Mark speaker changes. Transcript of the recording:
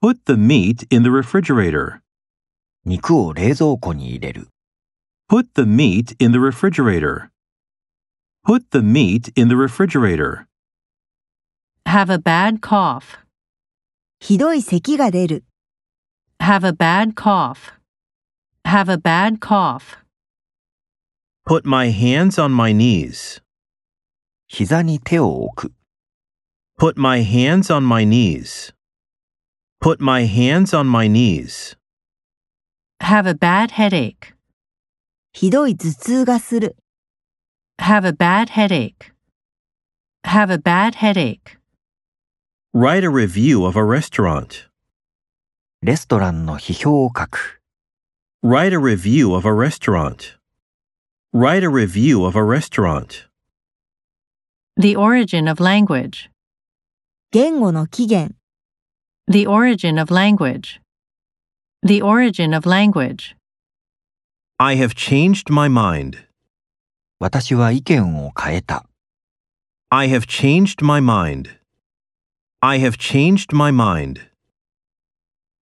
Speaker 1: Put the meat in the refrigerator.
Speaker 2: 肉を冷蔵庫に入れる。
Speaker 1: Put the meat in the refrigerator. Put the meat in the refrigerator.
Speaker 3: Have a bad cough.
Speaker 4: ひどい咳が出る。
Speaker 3: Have a bad cough. Have a bad cough.
Speaker 1: Put my hands on my knees.
Speaker 2: 膝に手を置く。
Speaker 1: Put my hands on my knees. Put my hands on my knees.
Speaker 3: Have a bad headache.
Speaker 4: ひどい頭痛がする。
Speaker 3: Have a bad headache. Have a bad headache.
Speaker 1: Write a review of a restaurant.
Speaker 2: レストランの批評を書く。
Speaker 1: Write a review of a restaurant. Write a review of a restaurant.
Speaker 3: The origin of language.
Speaker 4: 言語の起源。
Speaker 3: The origin of language. The origin of language.
Speaker 1: I have changed my mind.
Speaker 2: 私は意見を変えた。
Speaker 1: I have changed my mind. I have changed my mind.